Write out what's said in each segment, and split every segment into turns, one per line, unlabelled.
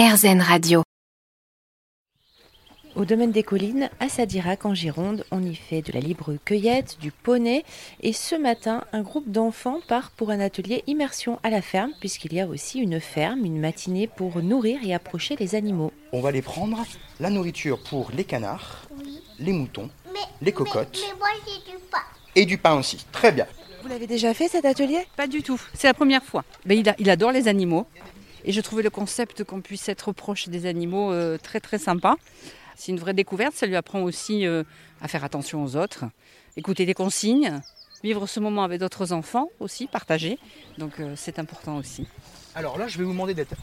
RZN Radio.
Au domaine des collines, à Sadirac, en Gironde, on y fait de la libre cueillette, du poney. Et ce matin, un groupe d'enfants part pour un atelier immersion à la ferme, puisqu'il y a aussi une ferme, une matinée pour nourrir et approcher les animaux.
On va aller prendre la nourriture pour les canards, les moutons Les cocottes.
Mais, mais moi, j'ai du pain.
et du pain aussi. Très bien.
Vous l'avez déjà fait cet atelier
Pas du tout, c'est la première fois. Mais il, a- il adore les animaux. Et je trouvais le concept qu'on puisse être proche des animaux euh, très très sympa. C'est une vraie découverte, ça lui apprend aussi euh, à faire attention aux autres, écouter des consignes, vivre ce moment avec d'autres enfants aussi, partager. Donc euh, c'est important aussi.
Alors là, je vais vous demander d'être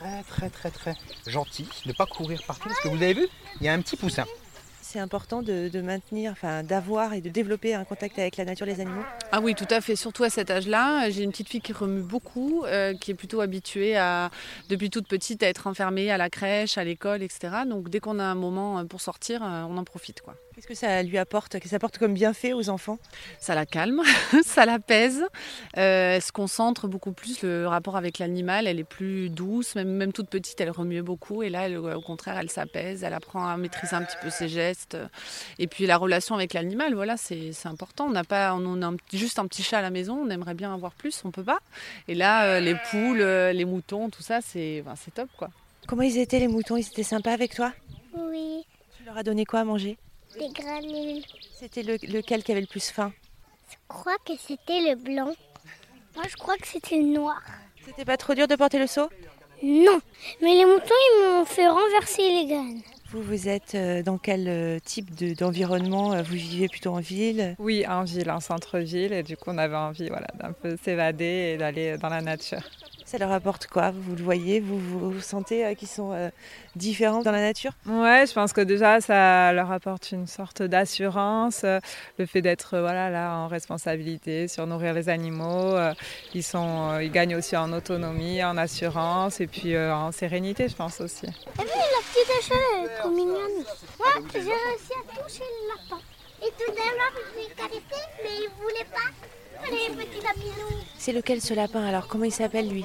très, très, très, très gentil, ne pas courir partout, parce que vous avez vu, il y a un petit poussin.
C'est important de, de maintenir, enfin d'avoir et de développer un contact avec la nature, les animaux.
Ah oui, tout à fait, surtout à cet âge-là. J'ai une petite fille qui remue beaucoup, euh, qui est plutôt habituée à, depuis toute petite à être enfermée à la crèche, à l'école, etc. Donc dès qu'on a un moment euh, pour sortir, euh, on en profite. quoi.
Qu'est-ce que ça lui apporte Qu'est-ce que ça apporte comme bienfait aux enfants
Ça la calme, ça l'apaise, euh, elle se concentre beaucoup plus, le rapport avec l'animal, elle est plus douce, même, même toute petite, elle remue beaucoup. Et là, elle, au contraire, elle s'apaise, elle apprend à maîtriser un petit peu ses gestes. Et puis la relation avec l'animal, voilà, c'est c'est important. On n'a pas, on a un petit- juste un petit chat à la maison, on aimerait bien avoir plus, on peut pas. Et là, euh, les poules, euh, les moutons, tout ça, c'est ben, c'est top, quoi.
Comment ils étaient les moutons Ils étaient sympas avec toi
Oui,
Tu leur as donné quoi à manger
des granules.
C'était le- lequel qui avait le plus faim
Je crois que c'était le blanc. Moi, je crois que c'était le noir.
C'était pas trop dur de porter le seau
Non, mais les moutons, ils m'ont fait renverser les graines.
Vous, vous êtes euh, dans quel euh, type de- d'environnement euh, Vous vivez plutôt en ville
Oui, en ville, en centre-ville, et du coup on avait envie voilà, d'un peu s'évader et d'aller dans la nature.
Ça leur apporte quoi Vous vous le voyez Vous vous vous sentez euh, qu'ils sont euh, différents dans la nature
Ouais, je pense que déjà ça leur apporte une sorte d'assurance, euh, le fait d'être euh, voilà, là en responsabilité, sur nourrir les animaux, euh, ils, sont, euh, ils gagnent aussi en autonomie, en assurance et puis euh, en sérénité je pense aussi.
La petite échelle, elle est trop mignonne. Moi, j'ai réussi à toucher le lapin. Et tout d'abord, je l'ai caressé, mais il voulait pas. Allez, petit lapin.
C'est lequel ce lapin alors Comment il s'appelle lui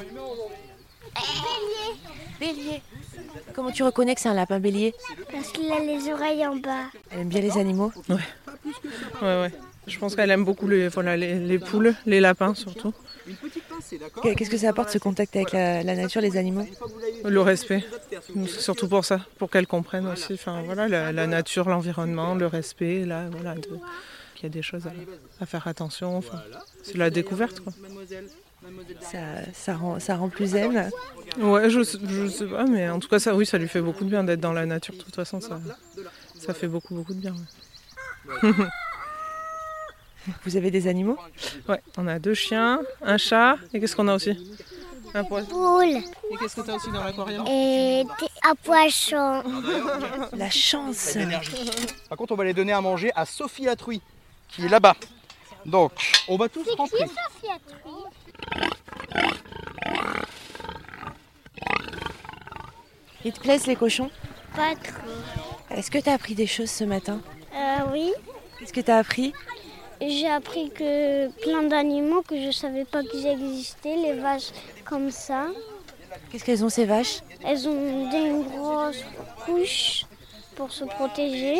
Bélier.
Bélier. Comment tu reconnais que c'est un lapin bélier
Parce qu'il a les oreilles en bas.
Elle aime bien les animaux.
Ouais, ouais. Je pense qu'elle aime beaucoup les, voilà, les, les poules, les lapins surtout.
Que- Qu'est-ce que ça apporte ce contact avec euh, la, la nature, les animaux
Le respect, Donc, c'est surtout pour ça, pour qu'elles comprennent aussi enfin, voilà, la, la nature, l'environnement, le respect. Là, voilà, de- qu'il y a des choses à, à faire attention. enfin, c'est la découverte. Quoi.
ça, ça, rend, ça rend plus zen.
Ouais, je, sais- je sais pas, mais en tout cas, ça, oui, ça lui fait beaucoup de bien d'être dans la nature. De toute façon, ça, ça fait beaucoup, beaucoup de bien. ouais.
Vous avez des animaux
Ouais, on a deux chiens, un chat, et qu'est-ce qu'on a aussi Un poisson.
Poule
Et qu'est-ce que t'as aussi dans l'aquarium
et un poisson.
La chance
Par contre, on va les donner à manger à Sophie Latruy, qui est là-bas. Donc, on va tous rentrer.
Ils te plaisent les cochons
Pas trop.
Est-ce que tu as appris des choses ce matin
Euh, oui.
Qu'est-ce que tu as appris
J'ai appris que plein d'animaux que je savais pas qu'ils existaient, les vaches comme ça.
Qu'est-ce qu'elles ont ces vaches
Elles ont des grosses couches pour se protéger.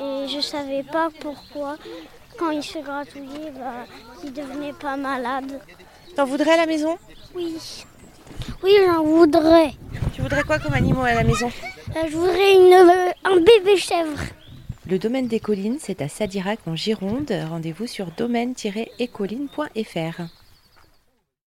Et je savais pas pourquoi, quand ils se gratouillaient, bah, ils devenaient pas malades.
T'en voudrais à la maison
Oui. Oui, j'en voudrais.
Tu voudrais quoi comme animaux à la maison
Euh, Je voudrais une, euh, un bébé chèvre.
Le domaine des collines, c'est à Sadirac en Gironde. Rendez-vous sur domaine-écolline.fr.